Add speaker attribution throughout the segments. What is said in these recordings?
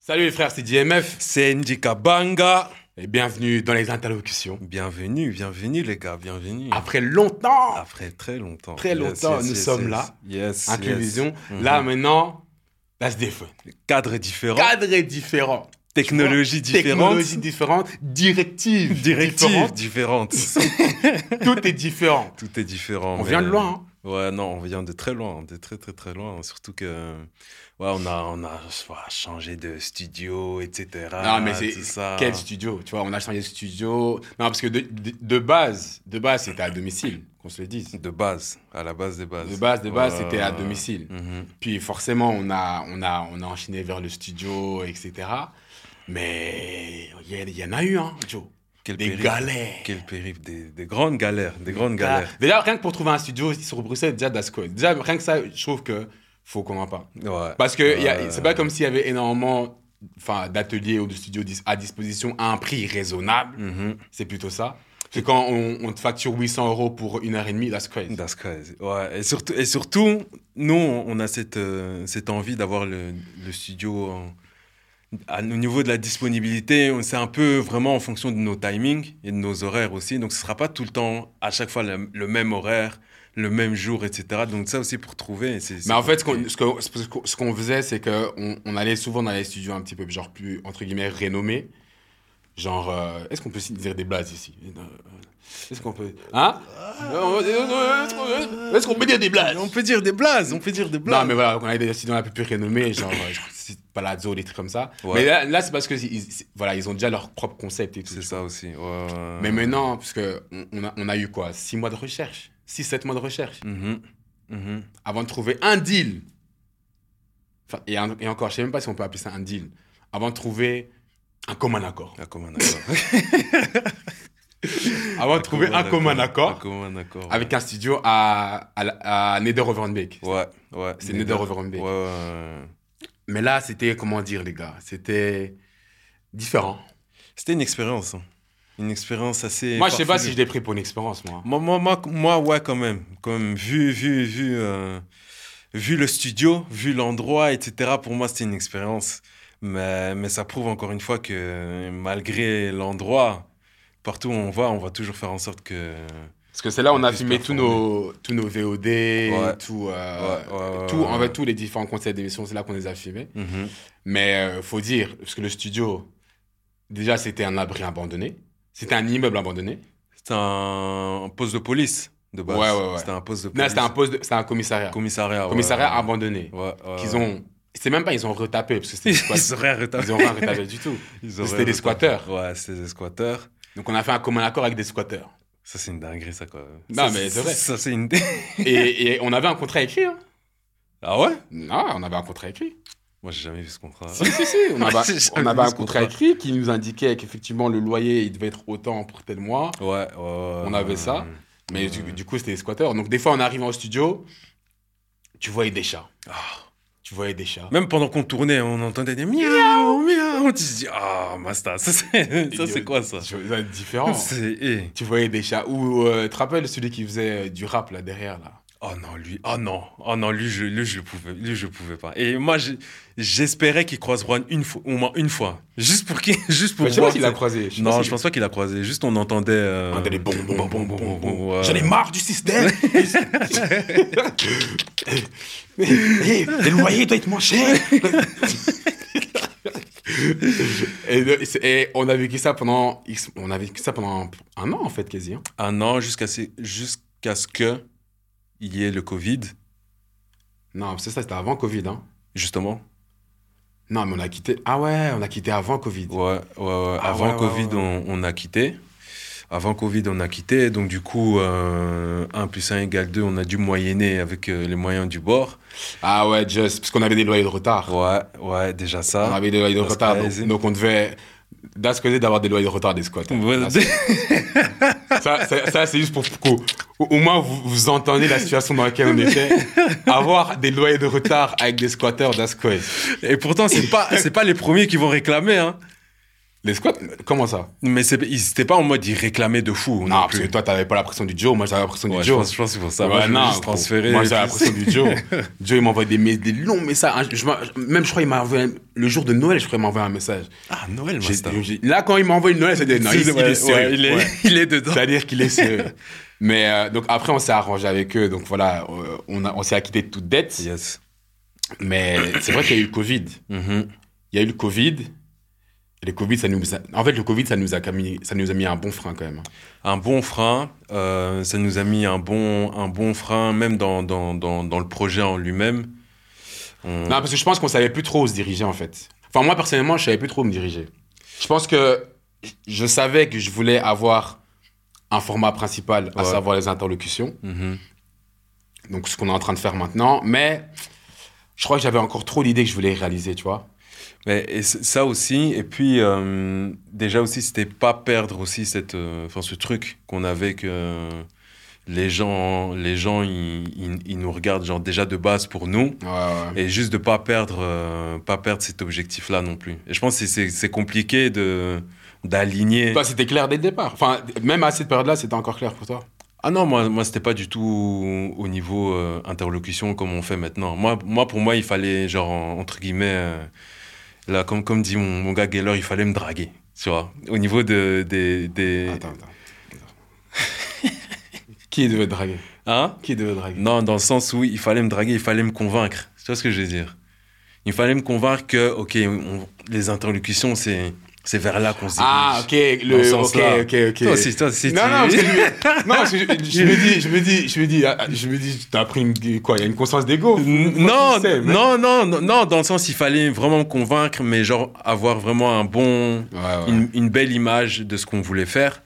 Speaker 1: Salut les frères, c'est DMF
Speaker 2: C'est Ndika Banga.
Speaker 1: et bienvenue dans les interlocutions.
Speaker 2: Bienvenue, bienvenue les gars, bienvenue.
Speaker 1: Après longtemps,
Speaker 2: Après très longtemps.
Speaker 1: Très longtemps, nous sommes là.
Speaker 2: Yes. yes.
Speaker 1: inclusion, là maintenant, that's different.
Speaker 2: Cadre différent,
Speaker 1: Cadre est différent,
Speaker 2: technologie différente,
Speaker 1: technologie différente, directive
Speaker 2: directive
Speaker 1: différente,
Speaker 2: différente.
Speaker 1: tout est différent.
Speaker 2: Tout est différent.
Speaker 1: On
Speaker 2: mais- euh,
Speaker 1: vient de loin, hein.
Speaker 2: Ouais, non, on vient de très loin, de très très très loin. Surtout que, ouais, on a, on a voilà, changé de studio, etc.
Speaker 1: Ah, mais c'est-
Speaker 2: tout ça.
Speaker 1: Quel studio, tu vois, on a changé de studio. Non, parce que de, de- de base, de base c'était à domicile, qu'on se le dise.
Speaker 2: De base, à la base des bases.
Speaker 1: De base, de base,
Speaker 2: Ouais.
Speaker 1: c'était à domicile.
Speaker 2: Mhm.
Speaker 1: Puis forcément, on a, on a, on a enchaîné vers le studio, etc. Mais il y, a- il y en a eu, hein, Joe.
Speaker 2: Quel
Speaker 1: Des
Speaker 2: périple.
Speaker 1: galères.
Speaker 2: Quel périple, des, des grandes galères, des grandes
Speaker 1: Ga-
Speaker 2: galères.
Speaker 1: Déjà, rien que pour trouver un studio ici sur Bruxelles, déjà, that's cool. Déjà, rien que ça, je trouve que faut qu'on en parle.
Speaker 2: Ouais.
Speaker 1: Parce que y a-
Speaker 2: Ouais.
Speaker 1: c'est pas comme s'il y avait énormément enfin, d'ateliers ou de studios dis- à disposition à un prix raisonnable.
Speaker 2: Mhm.
Speaker 1: C'est plutôt ça. C'est quand on, on te facture 800 euros pour une heure et demie, that's crazy.
Speaker 2: That's crazy. Ouais. Et surtout, et surtout, nous, on a cette, euh, cette envie d'avoir le, le studio en- à, au niveau de la disponibilité. on- C'est un peu vraiment en fonction de nos timings et de nos horaires aussi. Donc, ce sera pas tout le temps, à chaque fois, le, le même horaire, le même jour, etc. Donc, ça aussi pour trouver. c'est- c'est
Speaker 1: Mais en fait, ce qu'on
Speaker 2: compliqué.
Speaker 1: ce que- ce qu'on- ce qu'on faisait, c'est qu'on on allait souvent dans les studios un petit peu, genre plus, entre guillemets, renommés. Genre, euh, est-ce qu'on peut aussi dire des blagues ici Euh, Est-ce qu'on peut. Hein Est-ce qu'on- Est-ce qu'on peut dire des blagues
Speaker 2: on peut dire des blases, on peut dire des blases.
Speaker 1: Non, mais voilà, on allait dans des studios un peu plus renommés, genre euh, je crois que c'est Palazzo, des trucs comme ça.
Speaker 2: Ouais.
Speaker 1: Mais là, là, c'est parce qu'ils voilà, ils ont déjà leur propre concept et tout.
Speaker 2: C'est ça aussi. ouais.
Speaker 1: Mais maintenant, parce que on- on a, on a eu quoi 6 mois de recherche 6-7 mois de recherche
Speaker 2: Mhm. Mhm.
Speaker 1: avant de trouver un deal. Enfin, et, un- et encore, je sais même pas si on peut appeler ça un deal. Avant de trouver un commun accord.
Speaker 2: Ah, comme un accord.
Speaker 1: Avant de trouver un commun
Speaker 2: Un
Speaker 1: accord
Speaker 2: commun accord.
Speaker 1: avec un studio à, à, la- à Nederoverbeek.
Speaker 2: Ouais, ouais.
Speaker 1: C'est
Speaker 2: Nether- Ouais,
Speaker 1: Nederoverbeek.
Speaker 2: ouais, ouais.
Speaker 1: Mais là, c'était, comment dire, les gars C'était différent.
Speaker 2: C'était une expérience. hein. Une expérience assez.
Speaker 1: Moi, je sais pas si
Speaker 2: farfelue.
Speaker 1: je l'ai pris pour une expérience, moi.
Speaker 2: Moi, moi, moi, moi, ouais, quand même. Quand même, vu, vu, vu, euh, vu le studio, vu l'endroit, etc., pour moi, c'était une expérience. Mais, mais ça prouve encore une fois que malgré l'endroit, partout où on va, on va toujours faire en sorte que.
Speaker 1: Parce que c'est là où on a
Speaker 2: Plus
Speaker 1: filmé tous nos, tous nos VOD, tout, euh,
Speaker 2: Ouais, ouais, ouais,
Speaker 1: tout,
Speaker 2: ouais,
Speaker 1: en
Speaker 2: ouais.
Speaker 1: fait, tous les différents concepts d'émissions, c'est là qu'on les a filmés.
Speaker 2: Mhm.
Speaker 1: Mais euh, faut dire, parce que le studio, déjà, c'était un abri abandonné. C'était un immeuble abandonné.
Speaker 2: C'était un, un poste de police, de base.
Speaker 1: Ouais, ouais, ouais.
Speaker 2: C'était un poste de police.
Speaker 1: Non, c'était un poste, de- c'était un commissariat.
Speaker 2: commissariat. ouais.
Speaker 1: commissariat abandonné.
Speaker 2: Ouais, ouais,
Speaker 1: Qu'ils
Speaker 2: ouais.
Speaker 1: ont. C'est même pas, ils ont retapé, parce que c'était des
Speaker 2: Ils
Speaker 1: squatteurs.
Speaker 2: auraient retardé.
Speaker 1: Ils ont rien retapé du tout.
Speaker 2: Ils
Speaker 1: C'était
Speaker 2: auraient
Speaker 1: des
Speaker 2: retardé.
Speaker 1: squatteurs.
Speaker 2: Ouais, c'était des squatteurs.
Speaker 1: Donc, on a fait un commun accord avec des squatteurs.
Speaker 2: Ça, c'est une dinguerie, ça, quoi.
Speaker 1: Non,
Speaker 2: Ça,
Speaker 1: mais c'est vrai.
Speaker 2: Ça, c'est une.
Speaker 1: Et, et on avait un contrat écrit. Hein.
Speaker 2: Ah ouais
Speaker 1: Non, on avait un contrat écrit.
Speaker 2: Moi, j'ai jamais vu ce contrat.
Speaker 1: Si, si, si. On avait,
Speaker 2: J'ai jamais
Speaker 1: on avait
Speaker 2: vu
Speaker 1: un
Speaker 2: ce
Speaker 1: contrat
Speaker 2: contrat.
Speaker 1: écrit qui nous indiquait qu'effectivement le loyer il devait être autant pour tel mois.
Speaker 2: Ouais, ouais, ouais. On
Speaker 1: avait ça. Mais
Speaker 2: Ouais.
Speaker 1: du, du coup, c'était des squatteurs. Donc, des fois, on arrive au studio, tu voyais des chats. Tu voyais des chats.
Speaker 2: Ah. Même pendant qu'on tournait, on entendait des miaou, miaou. Tu te dis, ah, Masta, ça, c'est ça, c'est quoi, ça
Speaker 1: Tu voyais- C'est différent.
Speaker 2: C'est. eh.
Speaker 1: tu voyais des chats. Ou, euh, tu te rappelles celui qui faisait euh, du rap là derrière là
Speaker 2: Oh non, lui, oh non, oh non, lui, je, lui, je le pouvais, lui, je le pouvais pas. Et moi, j'ai- j'espérais qu'il croise Juan une fois, au moins une fois. Juste pour qu'il. Juste pour
Speaker 1: Je sais pas
Speaker 2: voir
Speaker 1: s'il a
Speaker 2: si-
Speaker 1: croisé. sais
Speaker 2: Non,
Speaker 1: pas
Speaker 2: je
Speaker 1: si-
Speaker 2: pense pas qu'il a croisé. Juste, on entendait. euh,
Speaker 1: Un des bonbons,
Speaker 2: bon, bon,
Speaker 1: bonbons,
Speaker 2: bon,
Speaker 1: bonbons.
Speaker 2: bon, ouais.
Speaker 1: J'en ai marre du système. Eh, Les loyers doivent être moins chers. et, le- et on a vécu ça pendant X- on a vécu ça pendant un an en fait quasi. hein.
Speaker 2: un an jusqu'à ce, jusqu'à ce que il y ait le Covid,
Speaker 1: Non, c'est ça, c'était avant Covid. hein.
Speaker 2: justement.
Speaker 1: Non, mais on a quitté. Ah ouais, on a quitté avant Covid.
Speaker 2: Ouais, ouais, ouais.
Speaker 1: Ah,
Speaker 2: Avant
Speaker 1: ouais, ouais,
Speaker 2: Covid,
Speaker 1: ouais.
Speaker 2: On, on a quitté. Avant Covid, on a quitté. Donc, du coup, euh, 1 plus 1 égale 2, on a dû moyenner avec euh, les moyens du bord.
Speaker 1: Ah ouais, just parce qu'on avait des loyers de retard.
Speaker 2: Ouais, ouais, déjà
Speaker 1: On
Speaker 2: ça.
Speaker 1: avait des loyers de
Speaker 2: That's
Speaker 1: retard, donc,
Speaker 2: crazy.
Speaker 1: donc on devait. That's crazy d'avoir des loyers de retard des squats. hein.
Speaker 2: Ouais,
Speaker 1: Ça, ça, ça, c'est juste pour qu'au au- au moins vous, vous entendez la situation dans laquelle on était. Avoir des loyers de retard avec des squatteurs, that's crazy.
Speaker 2: Et pourtant, c'est pas, c'est pas les premiers qui vont réclamer. Hein.
Speaker 1: Les squats Comment ça
Speaker 2: Mais c'est- ils- c'était pas en mode ils réclamaient de
Speaker 1: Non,
Speaker 2: fou. non
Speaker 1: parce
Speaker 2: plus.
Speaker 1: que toi, t'avais pas la pression du Joe, moi j'avais la pression
Speaker 2: Ouais,
Speaker 1: du
Speaker 2: je,
Speaker 1: Joe.
Speaker 2: pense, je pense que c'est pour ça.
Speaker 1: Ouais,
Speaker 2: moi, je
Speaker 1: non,
Speaker 2: vais juste
Speaker 1: pour-
Speaker 2: transférer.
Speaker 1: Moi,
Speaker 2: et
Speaker 1: j'ai la
Speaker 2: puis-
Speaker 1: pression du Joe. Joe, il m'envoie des, mes- des longs messages. Je m'en- même, je crois, il m'a envoyé un- le jour de Noël, je crois, il m'a envoyé un message.
Speaker 2: Ah, Noël,
Speaker 1: J'ai-
Speaker 2: Master.
Speaker 1: j'ai- Là, quand il m'a envoyé le Noël, c'est des non, il, il est sérieux.
Speaker 2: il, est,
Speaker 1: Ouais.
Speaker 2: il est dedans.
Speaker 1: C'est-à-dire qu'il est sérieux. Mais euh, donc après, on s'est arrangé avec eux. Donc voilà, euh, on, a- on s'est acquitté de toute dette.
Speaker 2: Yes.
Speaker 1: Mais c'est vrai qu'il y a eu le Covid.
Speaker 2: Mm-hmm.
Speaker 1: Il y a eu le Covid. Et le Covid, ça nous, ça- en fait, le Covid, ça nous a mis, ça nous a mis un bon frein quand même. hein.
Speaker 2: Un bon frein. euh, ça nous a mis un bon, un bon frein, même dans, dans, dans, dans le projet en lui-même. On-
Speaker 1: Non, parce que je pense qu'on savait plus trop où se diriger en fait. Enfin, moi personnellement, je savais plus trop où me diriger. Je pense que je savais que je voulais avoir un format principal, à
Speaker 2: Ouais.
Speaker 1: savoir les interlocutions.
Speaker 2: Mhm.
Speaker 1: Donc, ce qu'on est en train de faire maintenant. Mais je crois que j'avais encore trop l'idée que je voulais réaliser, tu vois.
Speaker 2: Mais, et c- ça aussi, et puis euh, déjà aussi, c'était pas perdre aussi cette, euh, enfin ce truc qu'on avait que euh, les gens, les gens ils, ils- ils nous regardent genre déjà de base pour nous.
Speaker 1: Ouais, ouais.
Speaker 2: Et juste de pas perdre, euh, pas perdre cet objectif-là non plus. Et je pense que c'est- c'est compliqué de d'aligner.
Speaker 1: Toi, c'était clair dès le départ. Enfin, même à cette période-là, c'était encore clair pour toi.
Speaker 2: Ah non, moi, moi c'était pas du tout au niveau euh, interlocution comme on fait maintenant. Moi, moi, pour moi, il fallait, genre, en- entre guillemets, euh, là, comme, comme dit mon, mon gars Geller, il fallait me draguer. Tu vois, au niveau de, des. des...
Speaker 1: Attends, attends. attends. Qui devait draguer
Speaker 2: Hein
Speaker 1: Qui devait draguer
Speaker 2: Non, dans le sens où il fallait me draguer, il fallait me convaincre. Tu vois ce que je veux dire Il fallait me convaincre que, ok, on- les interlocutions, c'est c'est vers là qu'on se
Speaker 1: Ah,
Speaker 2: dirige.
Speaker 1: ok, le,
Speaker 2: Dans ce
Speaker 1: ok,
Speaker 2: sens-là.
Speaker 1: ok, ok.
Speaker 2: Toi aussi, toi aussi.
Speaker 1: Non, non, parce
Speaker 2: tu-
Speaker 1: que lui- non, parce que je, je me dis, je me dis, je me dis, ah, ah, je me dis, t'as pris une, quoi, il y a une conscience d'ego.
Speaker 2: non,
Speaker 1: tu sais, mais-
Speaker 2: non, non, non, non, dans le sens, il fallait vraiment me convaincre, mais genre avoir vraiment un bon,
Speaker 1: Ouais, ouais.
Speaker 2: une, une belle image de ce qu'on voulait faire.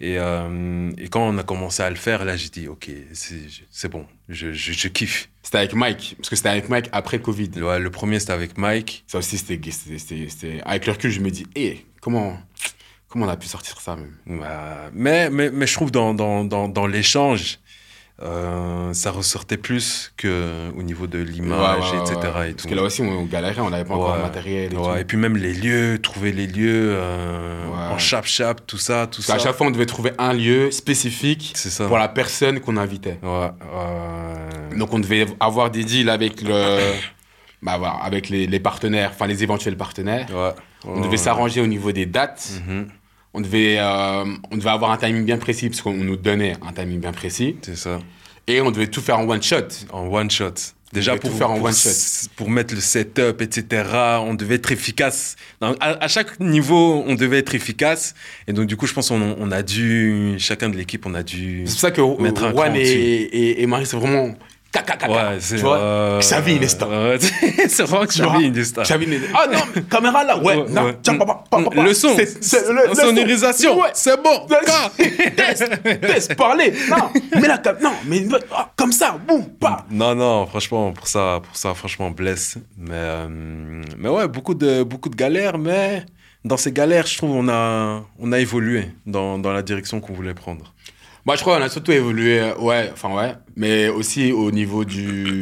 Speaker 2: Et, euh, et quand on a commencé à le faire, là, j'ai dit, ok, c'est c'est bon, je, je, je kiffe.
Speaker 1: C'était avec Mike, parce que c'était avec Mike après Covid.
Speaker 2: Le, le premier, c'était avec Mike.
Speaker 1: Ça aussi, c'était, c'était, c'était, c'était- avec le recul, je me dis, hé, comment, comment on a pu sortir ça même
Speaker 2: Bah, mais, mais, mais je trouve dans, dans, dans, dans l'échange, euh, ça ressortait plus que au niveau de l'image,
Speaker 1: Ouais, ouais,
Speaker 2: etc.
Speaker 1: ouais.
Speaker 2: et
Speaker 1: Parce
Speaker 2: tout.
Speaker 1: que là aussi, on galérait, on n'avait pas encore
Speaker 2: Ouais.
Speaker 1: le matériel. Et
Speaker 2: Ouais,
Speaker 1: tout.
Speaker 2: et puis même les lieux, trouver les lieux euh,
Speaker 1: Ouais.
Speaker 2: en chap-chap, tout ça, tout
Speaker 1: Parce qu'à
Speaker 2: ça.
Speaker 1: chaque fois, on devait trouver un lieu spécifique
Speaker 2: C'est ça.
Speaker 1: pour la personne qu'on invitait.
Speaker 2: Ouais, euh,
Speaker 1: Donc, on devait avoir des deals avec le, bah voilà, avec les, les partenaires, enfin les éventuels partenaires.
Speaker 2: ouais.
Speaker 1: On devait s'arranger au niveau des dates.
Speaker 2: Mhm,
Speaker 1: On devait, euh, on devait avoir un timing bien précis, parce qu'on nous donnait un timing bien précis.
Speaker 2: C'est ça.
Speaker 1: Et on devait tout faire en one shot.
Speaker 2: En one shot. Déjà
Speaker 1: devait
Speaker 2: pour
Speaker 1: tout faire en
Speaker 2: pour
Speaker 1: one
Speaker 2: s- pour mettre le setup, etc. On devait être efficace. Dans- à, à chaque niveau, on devait être efficace. Et donc du coup, je pense qu'on on a dû chacun de l'équipe, on a dû.
Speaker 1: C'est pour ça que
Speaker 2: Mettre un cran
Speaker 1: Juan et,
Speaker 2: au-dessus.
Speaker 1: et, et Marie, c'est vraiment caca, caca.
Speaker 2: Ouais, c'est.
Speaker 1: tu vois,
Speaker 2: euh,
Speaker 1: Xavi Iniesta.
Speaker 2: ouais, c'est vraiment
Speaker 1: Tu vois,
Speaker 2: Xavi Iniesta.
Speaker 1: J'avais une- Ah non, caméra là, ouais.
Speaker 2: Ouais,
Speaker 1: non,
Speaker 2: ouais.
Speaker 1: tiens, papa, papa, papa.
Speaker 2: Le son,
Speaker 1: C'est- c'est le- le son.
Speaker 2: sonorisation,
Speaker 1: Ouais.
Speaker 2: c'est bon. Ah.
Speaker 1: Teste, teste, parler. Non, mais là, comme, non, mais ah, comme ça, boum, pas.
Speaker 2: Non, non, franchement, pour ça, pour ça franchement, blesse. Mais, euh, mais ouais, beaucoup de, beaucoup de galères, mais dans ces galères, je trouve, on a, on a évolué dans, dans la direction qu'on voulait prendre.
Speaker 1: Moi, Bah, je crois qu'on a surtout évolué, euh, ouais, enfin, ouais, mais aussi au niveau du.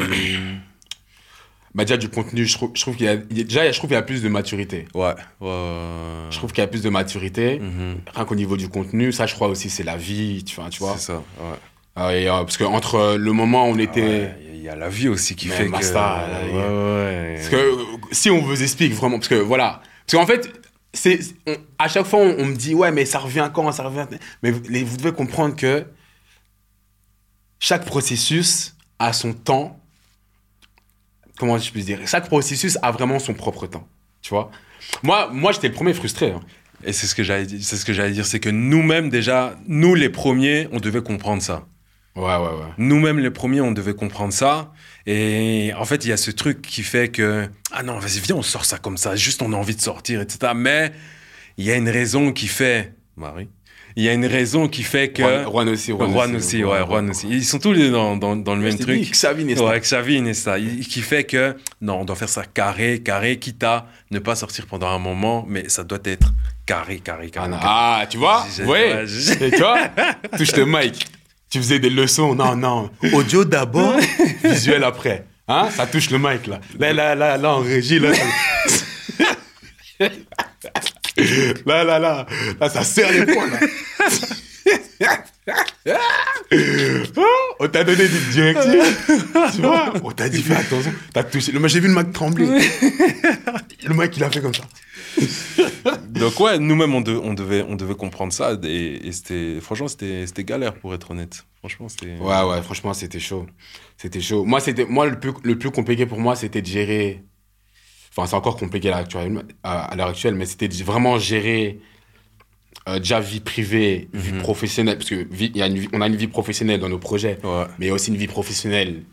Speaker 1: Bah, déjà, du contenu, je trouve, je trouve qu'il y a. il y a- Déjà, je trouve qu'il y a plus de maturité.
Speaker 2: Ouais. ouais.
Speaker 1: Je trouve qu'il y a plus de maturité,
Speaker 2: Mhm,
Speaker 1: rien qu'au niveau du contenu. Ça, je crois aussi, c'est la vie, tu vois. Tu vois
Speaker 2: C'est ça, ouais.
Speaker 1: Ah, et, euh, parce que entre euh, le moment où on
Speaker 2: Ah
Speaker 1: était.
Speaker 2: ouais, Il y a la vie aussi qui
Speaker 1: Mais
Speaker 2: fait
Speaker 1: Masta,
Speaker 2: que...
Speaker 1: là,
Speaker 2: Ouais,
Speaker 1: il y a-
Speaker 2: ouais.
Speaker 1: Parce que euh, si on vous explique vraiment, parce que voilà, parce qu'en fait, c'est on- à chaque fois on, on me dit ouais mais ça revient quand, ça revient, mais vous, les- vous devez comprendre que chaque processus a son temps. Comment je peux dire Chaque processus a vraiment son propre temps, tu vois. Moi, moi j'étais le premier frustré. hein.
Speaker 2: Et c'est ce que j'allais dire, c'est ce que j'allais dire, c'est que nous-mêmes, déjà, nous les premiers, on devait comprendre ça.
Speaker 1: Ouais ouais ouais.
Speaker 2: Nous-mêmes, les premiers, on devait comprendre ça. Et en fait, il y a ce truc qui fait que, ah non, vas-y, viens, on sort ça comme ça, juste on a envie de sortir, etc. Mais il y a une raison qui fait, Marie, il y a une raison qui fait que.
Speaker 1: Juan, Juan aussi, Juan,
Speaker 2: Juan aussi, ouais, Juan aussi. Ils sont tous les deux dans, dans, dans le
Speaker 1: Je
Speaker 2: même
Speaker 1: t'ai dit,
Speaker 2: truc.
Speaker 1: Xavi Nesta.
Speaker 2: Ouais, Xavi Iniesta, il- qui fait que, non, on doit faire ça carré, carré, quitte à ne pas sortir pendant un moment, mais ça doit être carré, carré,
Speaker 1: Ah,
Speaker 2: carré.
Speaker 1: non.
Speaker 2: carré.
Speaker 1: Ah, tu vois
Speaker 2: J'ai-
Speaker 1: Ouais.
Speaker 2: ouais, j'ai-
Speaker 1: Et toi Touche le mic. Tu faisais des leçons. Non, non. Audio d'abord, visuel après. Hein Ça touche le mic, là. Là, là, là, là, en régie, là. ça- Là, là, là, là, ça serre les poings, là. Ah, on t'a donné des directives, tu vois. On t'a dit, fais attention. T'as touché. Le mec, j'ai vu le mec trembler. Le mec, il a fait comme ça.
Speaker 2: Donc ouais, nous-mêmes, on, de- on devait, on devait comprendre ça. Et, et c'était, franchement, c'était c'était galère, pour être honnête. Franchement, c'était...
Speaker 1: Ouais, ouais, franchement, c'était chaud. C'était chaud. Moi, c'était, moi le, plus, le plus compliqué pour moi, c'était de gérer. Enfin, c'est encore compliqué là, actuellement- à à l'heure actuelle, mais c'était de vraiment gérer euh, déjà vie privée, vie
Speaker 2: Mhm.
Speaker 1: professionnelle. Parce que vie- il y a une vie- on a une vie professionnelle dans nos projets,
Speaker 2: Ouais,
Speaker 1: mais il y a aussi une vie professionnelle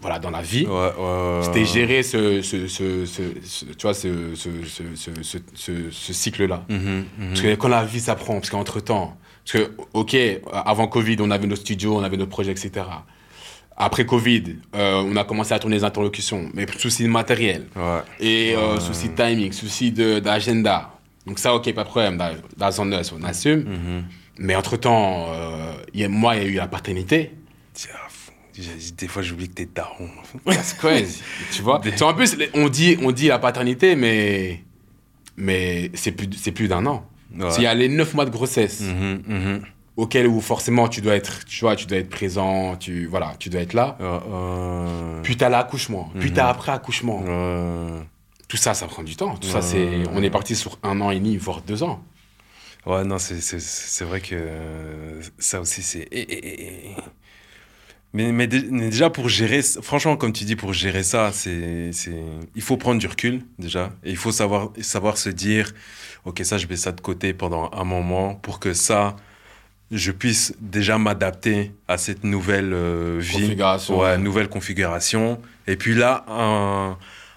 Speaker 1: voilà, dans la vie.
Speaker 2: ouais, ouais, ouais.
Speaker 1: C'était gérer ce, ce, ce, ce- ce- tu vois, ce, ce, ce, ce- ce- ce- ce cycle-là.
Speaker 2: Mhm, mhm.
Speaker 1: Parce que quand la vie s'apprend, parce qu'entre temps, parce que, ok, euh, avant Covid, on avait nos studios, on avait nos projets, etc. Après Covid, euh, on a commencé à tourner les interlocutions, mais souci de matériel,
Speaker 2: Ouais.
Speaker 1: et euh,
Speaker 2: Ouais.
Speaker 1: souci de timing, souci de- d'agenda. Donc ça, ok, pas de problème, dans, dans un os, on assume.
Speaker 2: Mhm.
Speaker 1: Mais entre temps, moi, il y a eu la paternité.
Speaker 2: Tiens, fou. J'ai- Des fois, j'oublie que t'es daron.
Speaker 1: That's crazy, tu vois. C'est En plus, on dit, on dit la paternité, mais, mais c'est plus, c'est plus d'un an.
Speaker 2: Ouais.
Speaker 1: Il y a les 9 mois de grossesse.
Speaker 2: Mhm, mhm.
Speaker 1: auquel où forcément tu dois être tu vois tu dois être présent tu voilà tu dois être là
Speaker 2: Ouais, ouais.
Speaker 1: puis t'as l'accouchement puis
Speaker 2: Mhm.
Speaker 1: t'as après accouchement
Speaker 2: Ouais.
Speaker 1: tout ça ça prend du temps tout ça
Speaker 2: Ouais.
Speaker 1: c'est on est parti sur un an et demi voire deux ans
Speaker 2: Ouais, non, c'est- c'est c'est vrai que euh, ça aussi, c'est. eh, eh, eh, eh. Mais, mais dé- mais déjà, pour gérer. Franchement, comme tu dis, pour gérer ça, c'est. c'est- Il faut prendre du recul, déjà. Et il faut savoir, savoir se dire Ok, ça, je mets ça de côté pendant un moment pour que ça, je puisse déjà m'adapter à cette nouvelle euh, vie.
Speaker 1: configuration
Speaker 2: Ouais, nouvelle configuration. Et puis là, un-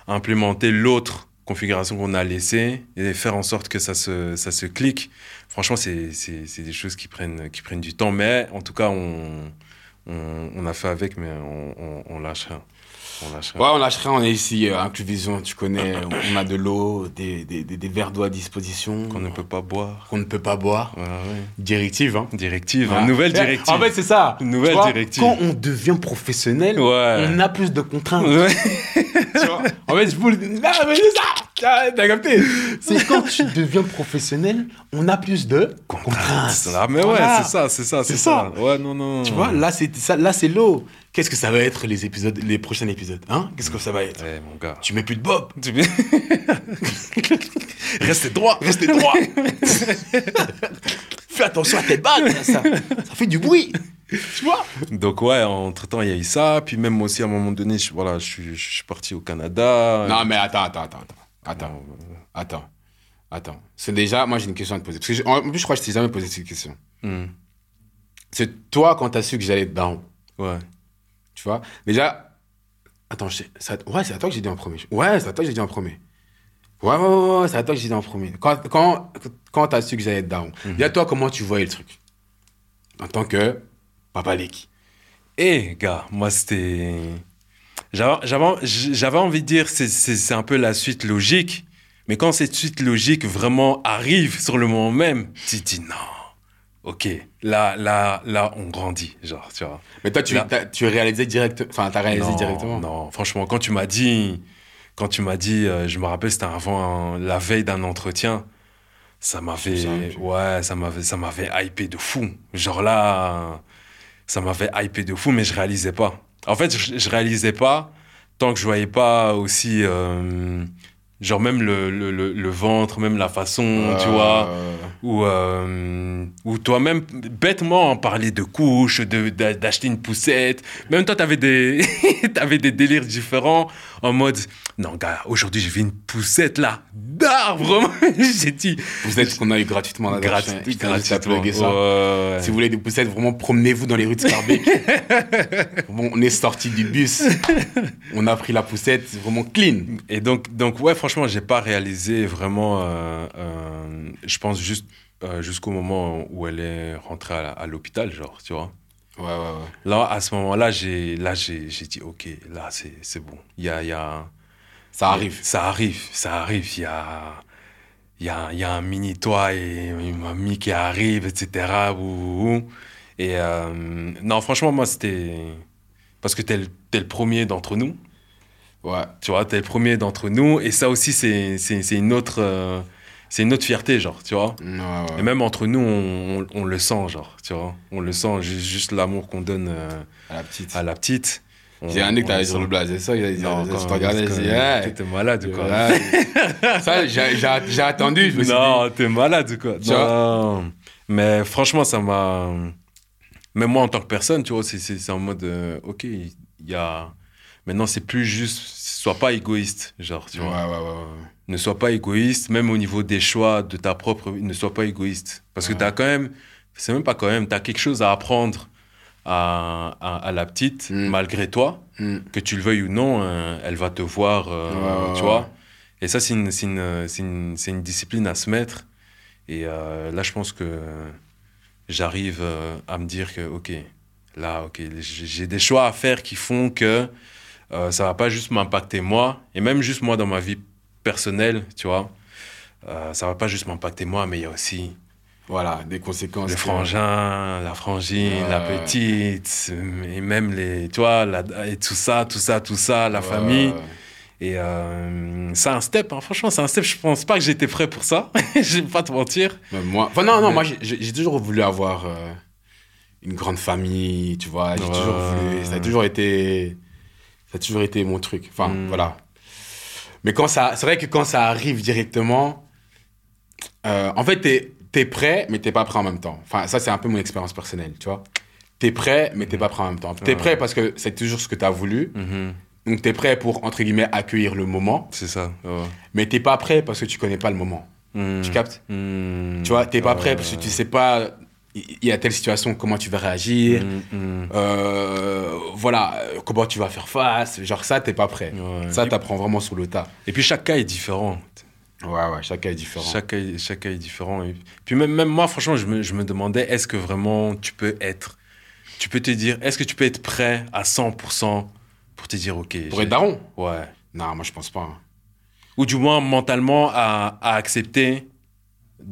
Speaker 2: implémenter l'autre configuration qu'on a laissée et faire en sorte que ça se, ça se clique. Franchement, c'est, c'est, c'est des choses qui prennent, qui prennent du temps. Mais en tout cas, on, on, on a fait avec, mais on, on, on lâche rien. On lâche rien.
Speaker 1: Ouais, on lâche rien, on est ici, euh, Incluvision, tu connais, on a de l'eau, des, des, des, des verres d'eau à disposition,
Speaker 2: Qu'on ne peut pas boire.
Speaker 1: qu'on ne peut pas boire.
Speaker 2: Ouais, ouais.
Speaker 1: Directive, hein.
Speaker 2: Directive,
Speaker 1: Voilà.
Speaker 2: hein, nouvelle
Speaker 1: Eh,
Speaker 2: directive.
Speaker 1: En fait, c'est ça.
Speaker 2: Nouvelle
Speaker 1: Tu vois,
Speaker 2: directive.
Speaker 1: Quand on devient professionnel,
Speaker 2: ouais.
Speaker 1: on a plus de contraintes.
Speaker 2: Ouais.
Speaker 1: Tu vois en fait, je vous le dis, non, mais c'est ça T'as t'as capté C'est quand tu deviens professionnel, on a plus de contraintes.
Speaker 2: Ah, mais
Speaker 1: Voilà.
Speaker 2: ouais, c'est ça, c'est ça, c'est,
Speaker 1: C'est
Speaker 2: ça. Ouais, non, non.
Speaker 1: Tu vois, là, c'est ça, là, c'est l'eau. Qu'est-ce que ça va être les épisodes, les prochains épisodes hein Qu'est-ce que ça va être
Speaker 2: Ouais, Eh, mon gars.
Speaker 1: Tu mets plus de bob,
Speaker 2: Tu- Restez droit.
Speaker 1: restez droit. Fais attention à tes bagues, là, ça, ça fait du bruit. Tu vois
Speaker 2: Donc ouais, entre temps il y a eu ça, puis même aussi à un moment donné, je, voilà, je suis, je suis parti au Canada.
Speaker 1: Non, mais attends, attends, attends, attends, attends, attends, attends. C'est déjà, moi, j'ai une question à te poser. Parce que j'ai- en plus, je crois que je t'ai jamais posé cette question.
Speaker 2: Hmm.
Speaker 1: C'est toi quand t'as su que j'allais être down.
Speaker 2: Ouais.
Speaker 1: Tu vois Déjà, attends, je sais- ça- ouais, c'est à toi que j'ai dit en premier. Ouais, c'est à toi que j'ai dit en premier. Ouais, ouais, ouais, ouais, c'est à toi que j'ai dit en premier. Quand, quand, quand t'as su que j'allais être down,
Speaker 2: Mhm.
Speaker 1: dis-à toi comment tu voyais le truc En tant que papa Leki.
Speaker 2: Et Eh, gars, moi c'était, j'avais, j'avais, j'avais envie de dire c'est, c'est, c'est un peu la suite logique, mais quand cette suite logique vraiment arrive sur le moment même, tu te dis non, ok, là là là on grandit, genre tu vois.
Speaker 1: Mais toi, tu,
Speaker 2: Là.
Speaker 1: t'as- tu réalisais directement. Enfin, t'as réalisé
Speaker 2: non,
Speaker 1: directement.
Speaker 2: Non, franchement, quand tu m'as dit, quand tu m'as dit, euh, je me rappelle, c'était avant un- la veille d'un entretien, ça
Speaker 1: Ça,
Speaker 2: m'avait,
Speaker 1: tu-
Speaker 2: ouais, ça m'avait, ça m'avait hypé de fou. Genre là, ça m'avait hypé de fou, mais je réalisais pas. En fait, je, je réalisais pas tant que je voyais pas aussi, euh, genre même le, le, le, le ventre, même la façon, tu
Speaker 1: Euh,
Speaker 2: vois ou euh, ou toi-même bêtement parler de couches, de d'a- d'acheter une poussette. Même toi, t'avais des t'avais des délires différents en mode non gars, aujourd'hui j'ai vu une poussette là d'arbre. j'ai dit
Speaker 1: Vous êtes ce qu'on a eu gratuitement là
Speaker 2: gratuit, gratuitement.
Speaker 1: ça.
Speaker 2: Ouais, ouais.
Speaker 1: Si vous voulez des poussettes, vraiment promenez-vous dans les rues de Scarbeck. bon, on est sorti du bus, on a pris la poussette, c'est vraiment clean.
Speaker 2: Et donc donc ouais, franchement, j'ai pas réalisé vraiment. euh, euh, je pense juste euh, jusqu'au moment où elle est rentrée à la- à l'hôpital, genre tu vois.
Speaker 1: Ouais, ouais, ouais.
Speaker 2: Là, à ce moment-là, j'ai, là, j'ai, j'ai dit, OK, là, c'est, c'est bon. Il y a, il y a...
Speaker 1: Ça arrive.
Speaker 2: Ça arrive, ça arrive. Il y a, il y a, il y a un mini-toi et une mamie qui arrive, etc. Ouh, ouh, ouh. Et euh, non, franchement, moi, c'était... Parce que t'es le, t'es le premier d'entre nous.
Speaker 1: Ouais.
Speaker 2: Tu vois, t'es le premier d'entre nous. Et ça aussi, c'est, c'est, c'est une autre... euh, c'est notre fierté, genre, tu vois.
Speaker 1: Ouais, ouais.
Speaker 2: Et même entre nous, on, on- on le sent, genre, tu vois. On le sent, ju- juste l'amour qu'on donne euh,
Speaker 1: À la petite.
Speaker 2: à la petite. On-
Speaker 1: J'ai un nez
Speaker 2: on
Speaker 1: que t'avais
Speaker 2: sent.
Speaker 1: sur le blaze, c'est ça, il a dit,
Speaker 2: Non,
Speaker 1: je
Speaker 2: quand-
Speaker 1: te regardais,
Speaker 2: quand-
Speaker 1: j'ai dit, hey,
Speaker 2: T'es malade ou quoi
Speaker 1: voilà. Ça, j'ai- j'ai j'ai attendu, je me suis dit.
Speaker 2: Non, t'es malade ou quoi
Speaker 1: Tu vois
Speaker 2: Non. Mais franchement, ça m'a. Même moi, en tant que personne, tu vois, c'est- c'est c'est en mode. euh, ok, il y a. Maintenant, c'est plus juste. Sois pas égoïste, genre, tu
Speaker 1: Ouais, ouais,
Speaker 2: vois.
Speaker 1: ouais, ouais.
Speaker 2: Ne sois pas égoïste, même au niveau des choix de ta propre vie, ne sois pas égoïste. Parce
Speaker 1: Ouais.
Speaker 2: que t'as quand même. C'est même pas quand même. T'as quelque chose à apprendre à, à, à la petite,
Speaker 1: Mm.
Speaker 2: malgré toi
Speaker 1: Hmm.
Speaker 2: que tu le veuilles ou non, euh, elle va te voir, euh,
Speaker 1: Ouais, ouais,
Speaker 2: tu
Speaker 1: ouais.
Speaker 2: vois. Et ça, c'est une, c'est une, euh, c'est une- c'est une discipline à se mettre. Et euh, là, je pense que euh, j'arrive euh, à me dire que, OK, là, OK, j'ai j'ai des choix à faire qui font que euh, ça va pas juste m'impacter moi, et même juste moi dans ma vie personnelle, tu vois. Euh, ça va pas juste m'impacter moi, mais il y a aussi
Speaker 1: Voilà, des conséquences.
Speaker 2: le
Speaker 1: que-
Speaker 2: frangin, la frangine,
Speaker 1: Ouais.
Speaker 2: la petite, et même les, tu vois, la- et tout ça, tout ça, tout ça, la
Speaker 1: Ouais,
Speaker 2: famille.
Speaker 1: ouais, ouais.
Speaker 2: Et euh, c'est un step, hein. franchement, c'est un step. Je pense pas que j'étais prêt pour ça. je vais pas te mentir.
Speaker 1: Même moi. Enfin, non, non,
Speaker 2: Mais-
Speaker 1: moi, j'ai- j'ai j'ai toujours voulu avoir euh, une grande famille, tu vois. J'ai
Speaker 2: Ouais.
Speaker 1: toujours voulu. Ça a toujours été. Ça a toujours été mon truc. Enfin,
Speaker 2: Mm.
Speaker 1: voilà. Mais quand ça. C'est vrai que quand ça arrive directement. euh, en fait, t'es es prêt, mais t'es pas prêt en même temps. Enfin, ça, c'est un peu mon expérience personnelle, tu vois. T'es prêt, mais t'es pas prêt en même temps. T'es
Speaker 2: Hmm. Ouais.
Speaker 1: prêt parce que c'est toujours ce que t'as voulu.
Speaker 2: Mhm,
Speaker 1: Donc, t'es prêt pour, entre guillemets, accueillir le moment.
Speaker 2: C'est ça. ouais.
Speaker 1: Mais t'es pas prêt parce que tu connais pas le moment.
Speaker 2: Mhm,
Speaker 1: Tu captes
Speaker 2: mhm,
Speaker 1: tu vois, t'es pas
Speaker 2: ouais.
Speaker 1: prêt parce que tu sais pas, il y a telle situation, comment tu vas réagir,
Speaker 2: Mhm,
Speaker 1: Mm.
Speaker 2: mhm,
Speaker 1: euh, voilà, euh, comment tu vas faire face, genre ça, t'es pas prêt.
Speaker 2: ouais.
Speaker 1: Ça, t'apprends vraiment sur le tas.
Speaker 2: Et puis chaque cas est différent.
Speaker 1: Ouais, ouais, chacun est différent.
Speaker 2: Chaque cas, est- chaque cas est différent. Et puis même, même moi, franchement, je me, je me demandais est-ce que vraiment tu peux être. Tu peux te dire, est-ce que tu peux être prêt à 100% pour te dire, OK.
Speaker 1: Pour
Speaker 2: j'ai-
Speaker 1: être daron
Speaker 2: Ouais.
Speaker 1: Non, moi, je pense pas. hein.
Speaker 2: Ou du moins mentalement à, à accepter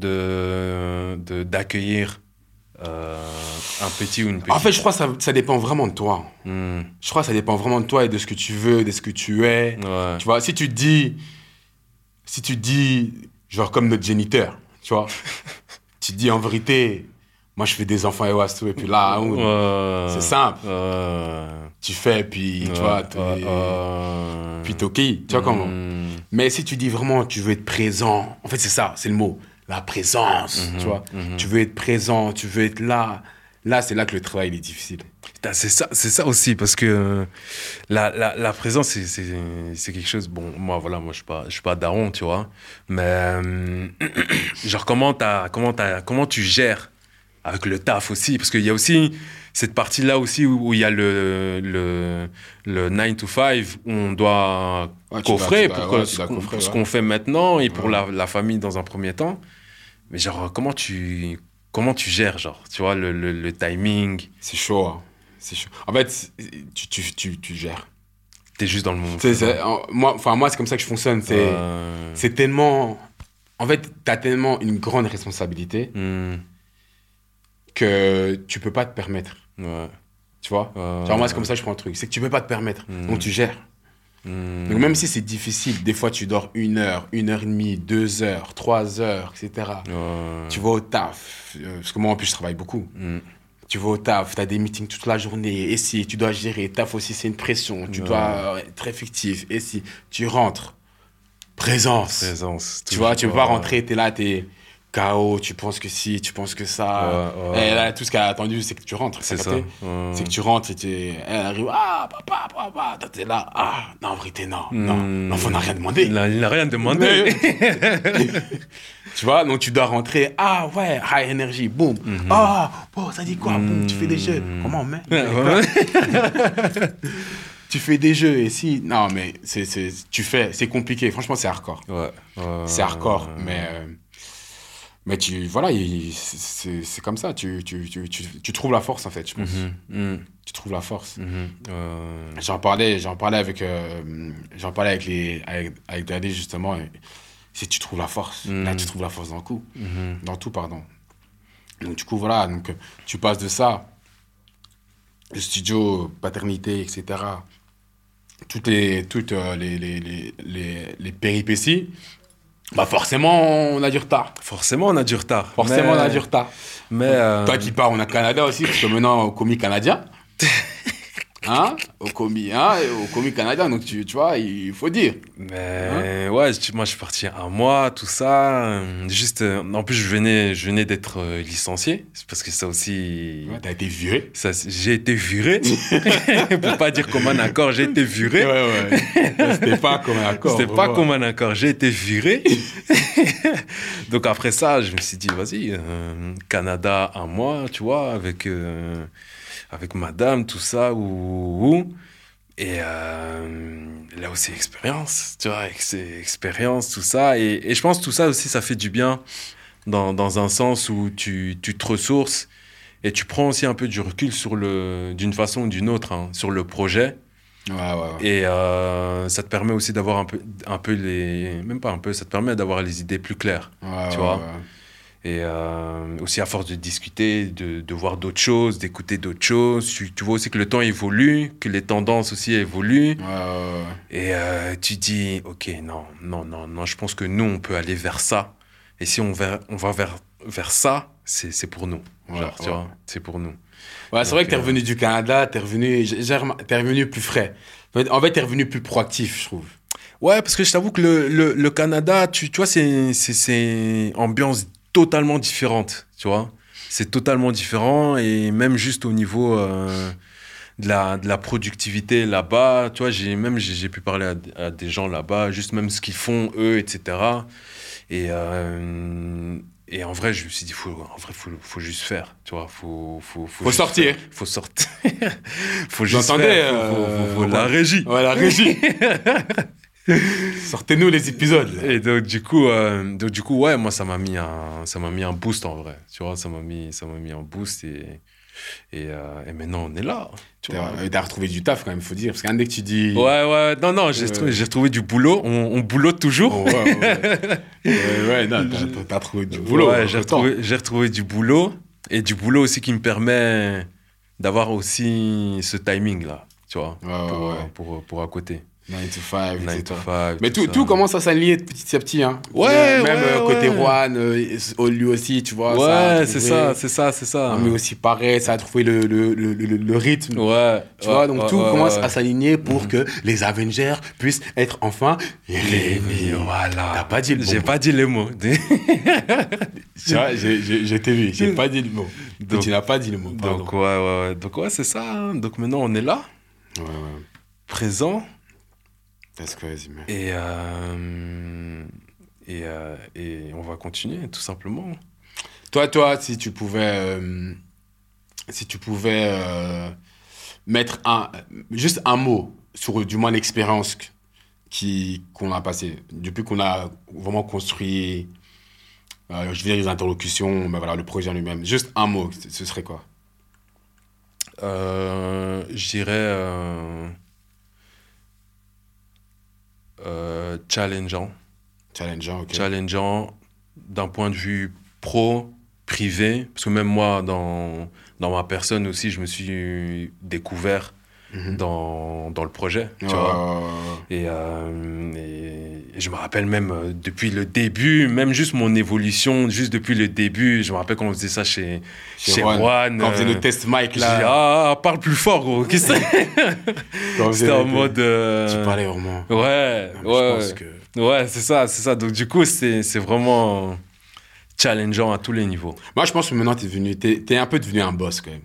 Speaker 2: de de- d'accueillir euh, un petit ou une petite.
Speaker 1: En fait, je crois que ça, ça dépend vraiment de toi.
Speaker 2: Hmm,
Speaker 1: Je crois que ça dépend vraiment de toi et de ce que tu veux, de ce que tu es.
Speaker 2: ouais.
Speaker 1: Tu vois, si tu te dis, si tu te dis, genre comme notre géniteur, tu vois, tu te dis en vérité, moi, je fais des enfants et Wastu, et puis là, ouh,
Speaker 2: Ouais.
Speaker 1: c'est simple.
Speaker 2: Ouais.
Speaker 1: tu fais, puis tu vois, t'es-
Speaker 2: Ouais, ouais.
Speaker 1: puis t'es ok, tu vois comment.
Speaker 2: Hmm,
Speaker 1: Mais si tu dis vraiment, tu veux être présent, en fait, c'est ça, c'est le mot, la présence, tu vois.
Speaker 2: mhm.
Speaker 1: Tu veux être présent, tu veux être là. Là, c'est là que le travail il est difficile.
Speaker 2: Putain, Bah, C'est ça, c'est ça aussi, parce que euh, la, la, la présence, c'est- c'est c'est quelque chose. Bon, moi, voilà, moi, je suis pas, je suis pas daron, tu vois. Mais, euh, genre, comment, t'as- comment, t'as- comment tu gères avec le taf aussi Parce qu'il y a aussi cette partie-là aussi où où il y a le, le, le 9 to 5, où on doit
Speaker 1: Ouais, tu
Speaker 2: coffrer
Speaker 1: dois- tu dois-
Speaker 2: pour
Speaker 1: ouais,
Speaker 2: que
Speaker 1: tu
Speaker 2: ce
Speaker 1: dois
Speaker 2: qu'on
Speaker 1: coffrer,
Speaker 2: ce
Speaker 1: ouais.
Speaker 2: qu'on fait maintenant et pour
Speaker 1: Ouais.
Speaker 2: la, la famille dans un premier temps. Mais, genre, comment tu, comment tu gères, genre, tu vois, le, le, le timing
Speaker 1: C'est chaud, hein. C'est chaud. En fait, c'est- tu, tu, tu, tu gères.
Speaker 2: T'es juste dans le monde.
Speaker 1: Tu sais, c'est- en- moi, enfin, moi, c'est comme ça que je fonctionne. C'est
Speaker 2: Euh,
Speaker 1: c'est tellement. En fait, t'as tellement une grande responsabilité
Speaker 2: hmm,
Speaker 1: que tu peux pas te permettre.
Speaker 2: ouais.
Speaker 1: Tu vois
Speaker 2: Euh,
Speaker 1: Genre, moi, c'est comme ça que je prends le truc. C'est que tu peux pas te permettre.
Speaker 2: Mhm.
Speaker 1: Donc, tu gères.
Speaker 2: hmm,
Speaker 1: Donc même si c'est difficile, des fois tu dors une heure, une heure et demie, deux heures, trois heures, etc.
Speaker 2: ouais,
Speaker 1: Tu vas au taf, euh, parce que moi en plus je travaille beaucoup.
Speaker 2: hmm,
Speaker 1: Tu vas au taf, tu as des meetings toute la journée, et si tu dois gérer, taf aussi c'est une pression, tu
Speaker 2: Ouais.
Speaker 1: dois euh, être effectif, et si tu rentres, présence.
Speaker 2: Présence.
Speaker 1: Tu vois, tu peux
Speaker 2: toujours,
Speaker 1: pas
Speaker 2: ouais.
Speaker 1: rentrer, t'es là, t'es KO, tu penses que si, tu penses que ça.
Speaker 2: Ouais, ouais.
Speaker 1: Et Eh, là, tout ce qu'elle a attendu, c'est que tu rentres. t'as
Speaker 2: C'est ça.
Speaker 1: capté
Speaker 2: ouais.
Speaker 1: c'est que tu rentres et t'es- elle arrive, ah, papa, papa, toi t'es là, ah, non, en vérité, non, non,
Speaker 2: Hmm.
Speaker 1: l'enfant n'a rien demandé.
Speaker 2: Il a, il a rien demandé.
Speaker 1: tu vois, donc tu dois rentrer, ah ouais, high energy, boum, ah, oh, ça dit quoi, boum, tu fais des jeux,
Speaker 2: Hmm.
Speaker 1: comment, mais
Speaker 2: Ouais, ouais.
Speaker 1: Tu fais des jeux et si, non, mais c'est, c'est, tu fais, c'est compliqué, franchement, c'est hardcore.
Speaker 2: Ouais, ouais.
Speaker 1: C'est hardcore, mais. euh, mais tu, voilà, il- c'est, c'est comme ça, tu, tu, tu, tu, tu trouves la force en fait, je pense.
Speaker 2: Mhm, mhm,
Speaker 1: Tu trouves la force.
Speaker 2: mhm, euh,
Speaker 1: J'en parlais, j'en parlais avec, euh, j'en parlais avec les, avec, avec Daddy justement. et si tu trouves la force,
Speaker 2: Mm.
Speaker 1: là tu trouves la force dans le coup,
Speaker 2: mhm.
Speaker 1: dans tout pardon. Donc du coup voilà, donc euh, tu passes de ça, le studio, paternité, etc. Toutes les, toutes euh, les, les, les, les, les péripéties Bah forcément, on a du retard.
Speaker 2: Forcément, on a du retard.
Speaker 1: Forcément,
Speaker 2: Mais-
Speaker 1: on a du retard.
Speaker 2: Mais euh,
Speaker 1: Toi qui pars, on a Canada aussi, parce que maintenant, au commis canadien. Hein Au commis, hein et Au commis canadien, donc tu, tu vois, il faut dire.
Speaker 2: Mais ouais, tu- moi je suis parti un mois, tout ça. euh, Juste, euh, en plus je venais, je venais d'être euh, licencié, c'est parce que ça aussi,
Speaker 1: T'as été viré.
Speaker 2: ça, c'est- j'ai été viré. Pour pas dire comme un accord, j'ai été viré.
Speaker 1: ouais. ouais. C'était pas comme un accord.
Speaker 2: C'était pas
Speaker 1: vraiment.
Speaker 2: comme un accord, j'ai été viré. Donc après ça, je me suis dit, vas-y, euh, Canada un mois, tu vois, avec, euh, avec madame, tout ça, ou. ou- ou. Et euh, là aussi, expérience, tu vois, avec ces expériences, tout ça. Et, et je pense que tout ça aussi, ça fait du bien dans, dans un sens où tu, tu te ressources et tu prends aussi un peu du recul sur le, d'une façon ou d'une autre, hein, sur le projet.
Speaker 1: Ouais, ouais, ouais.
Speaker 2: Et euh, ça te permet aussi d'avoir un peu, un peu les. Même pas un peu, ça te permet d'avoir les idées plus claires.
Speaker 1: Ouais,
Speaker 2: tu
Speaker 1: ouais,
Speaker 2: vois.
Speaker 1: ouais.
Speaker 2: Et euh, aussi, à force de discuter, de, de voir d'autres choses, d'écouter d'autres choses, tu, tu vois aussi que le temps évolue, que les tendances aussi évoluent.
Speaker 1: Ouais, ouais, ouais.
Speaker 2: Et euh, tu dis, OK, non, non, non, non, je pense que nous, on peut aller vers ça. Et si on va, on va vers, vers ça, c'est c'est pour nous.
Speaker 1: Ouais,
Speaker 2: Genre, tu
Speaker 1: ouais.
Speaker 2: vois, c'est pour nous.
Speaker 1: Ouais, c'est vrai que t'es
Speaker 2: euh,
Speaker 1: revenu du Canada, t'es revenu, j'ai- j'ai remar- t'es revenu plus frais. En fait, t'es revenu plus proactif, je trouve.
Speaker 2: Ouais, parce que je t'avoue que le, le, le Canada, tu, tu vois, c'est, c'est, c'est une ambiance totalement différente, tu vois. C'est totalement différent et même juste au niveau euh, de, la, de la productivité là-bas, tu vois, j'ai, même j'ai, j'ai pu parler à d- à, des gens là-bas, juste même ce qu'ils font eux, etc. Et, euh, et en vrai, je me suis dit, faut, en vrai, faut, faut juste faire, tu vois. Faut, faut,
Speaker 1: Faut
Speaker 2: juste
Speaker 1: sortir.
Speaker 2: faire, faut sortir. faut juste
Speaker 1: J'entendais,
Speaker 2: faire. faut- faut-
Speaker 1: euh,
Speaker 2: faut- faut la
Speaker 1: ouais.
Speaker 2: régie.
Speaker 1: Voilà, Régis. Sortez-nous les épisodes.
Speaker 2: Et donc du coup, euh, donc, du coup, ouais, moi ça m'a mis un, ça m'a mis un boost en vrai. Tu vois, ça m'a mis, ça m'a mis un boost et et, euh, et maintenant on est là. Tu vois.
Speaker 1: T'as t'as retrouvé du taf quand même, faut dire. Parce qu'un dès que tu dis.
Speaker 2: Ouais, ouais, non, non, j'ai
Speaker 1: Ouais.
Speaker 2: trouvé, j'ai retrouvé du boulot. On, on boulotte toujours.
Speaker 1: Oh, ouais, ouais, ouais. Ouais, ouais, non, t'as- t'as- t'as trouvé du boulot. hein,
Speaker 2: Ouais, j'ai
Speaker 1: autant.
Speaker 2: retrouvé, j'ai retrouvé du boulot et du boulot aussi qui me permet d'avoir aussi ce timing là. Tu vois.
Speaker 1: Ouais, ouais,
Speaker 2: Pour,
Speaker 1: Ah ouais. Ah
Speaker 2: pour, pour à côté.
Speaker 1: 9 to 5,
Speaker 2: Nine
Speaker 1: etc.
Speaker 2: to five,
Speaker 1: Mais tout,
Speaker 2: ça.
Speaker 1: tout commence à s'aligner de petit à petit. Hein.
Speaker 2: Ouais,
Speaker 1: Même
Speaker 2: ouais,
Speaker 1: euh, côté
Speaker 2: ouais.
Speaker 1: Juan, euh, au- lui aussi, tu vois. a
Speaker 2: Ouais, c'est
Speaker 1: trouvé.
Speaker 2: ça, c'est ça, c'est ça.
Speaker 1: Non, Mais aussi pareil, ça a trouvé le, le, le, le- le rythme.
Speaker 2: Ouais.
Speaker 1: Tu vois,
Speaker 2: ouais,
Speaker 1: donc
Speaker 2: ouais,
Speaker 1: tout
Speaker 2: ouais,
Speaker 1: commence
Speaker 2: ouais. Mm.
Speaker 1: à s'aligner pour que les Avengers puissent être enfin
Speaker 2: Les
Speaker 1: réunis.
Speaker 2: voilà.
Speaker 1: T'as pas dit le bon
Speaker 2: J'ai
Speaker 1: mot.
Speaker 2: pas dit les mots.
Speaker 1: Tu vois, j'ai- j'ai j'ai t'ai vu, j'ai pas dit le mot.
Speaker 2: Donc-
Speaker 1: tu n'as pas dit le mot, pardon.
Speaker 2: Donc ouais, ouais, ouais. Donc ouais, c'est ça. hein. Donc maintenant on est là,
Speaker 1: Ouais, ouais.
Speaker 2: présent
Speaker 1: That's crazy, man.
Speaker 2: et euh, et, euh, et on va continuer tout simplement.
Speaker 1: Toi, toi, si tu pouvais, euh, si tu pouvais euh, mettre un, juste un mot sur du moins l'expérience que- qui qu'on a passée depuis qu'on a vraiment construit, euh, je veux dire les interlocutions, mais voilà le projet en lui-même. Juste un mot, c- ce serait quoi
Speaker 2: Euh, je dirais euh, euh, challengeant,
Speaker 1: Challengeant, ok.
Speaker 2: challengeant d'un point de vue pro, privé, parce que même moi dans dans ma personne aussi, je me suis découvert
Speaker 1: Mhm.
Speaker 2: dans, dans le projet. Tu
Speaker 1: Ouais,
Speaker 2: vois.
Speaker 1: ouais, ouais, ouais.
Speaker 2: Et, euh, et- et je me rappelle même euh, depuis le début, même juste mon évolution, juste depuis le début. Je me rappelle quand on faisait ça chez,
Speaker 1: Chez
Speaker 2: chez
Speaker 1: Juan,
Speaker 2: Juan.
Speaker 1: Quand on faisait
Speaker 2: euh,
Speaker 1: nos tests mic
Speaker 2: je dis,
Speaker 1: là,
Speaker 2: ah, parle plus fort, gros. Qu'est-ce que c'est
Speaker 1: quand on faisait
Speaker 2: C'était en
Speaker 1: nos-
Speaker 2: mode. euh,
Speaker 1: tu parlais vraiment.
Speaker 2: Ouais,
Speaker 1: Non, mais Je
Speaker 2: ouais,
Speaker 1: pense
Speaker 2: ouais.
Speaker 1: que
Speaker 2: ouais, c'est ça, c'est ça. Donc, du coup, c'est c'est vraiment challengeant à tous les niveaux.
Speaker 1: moi, je pense que maintenant t'es devenu, t'es t'es un peu devenu un boss quand même.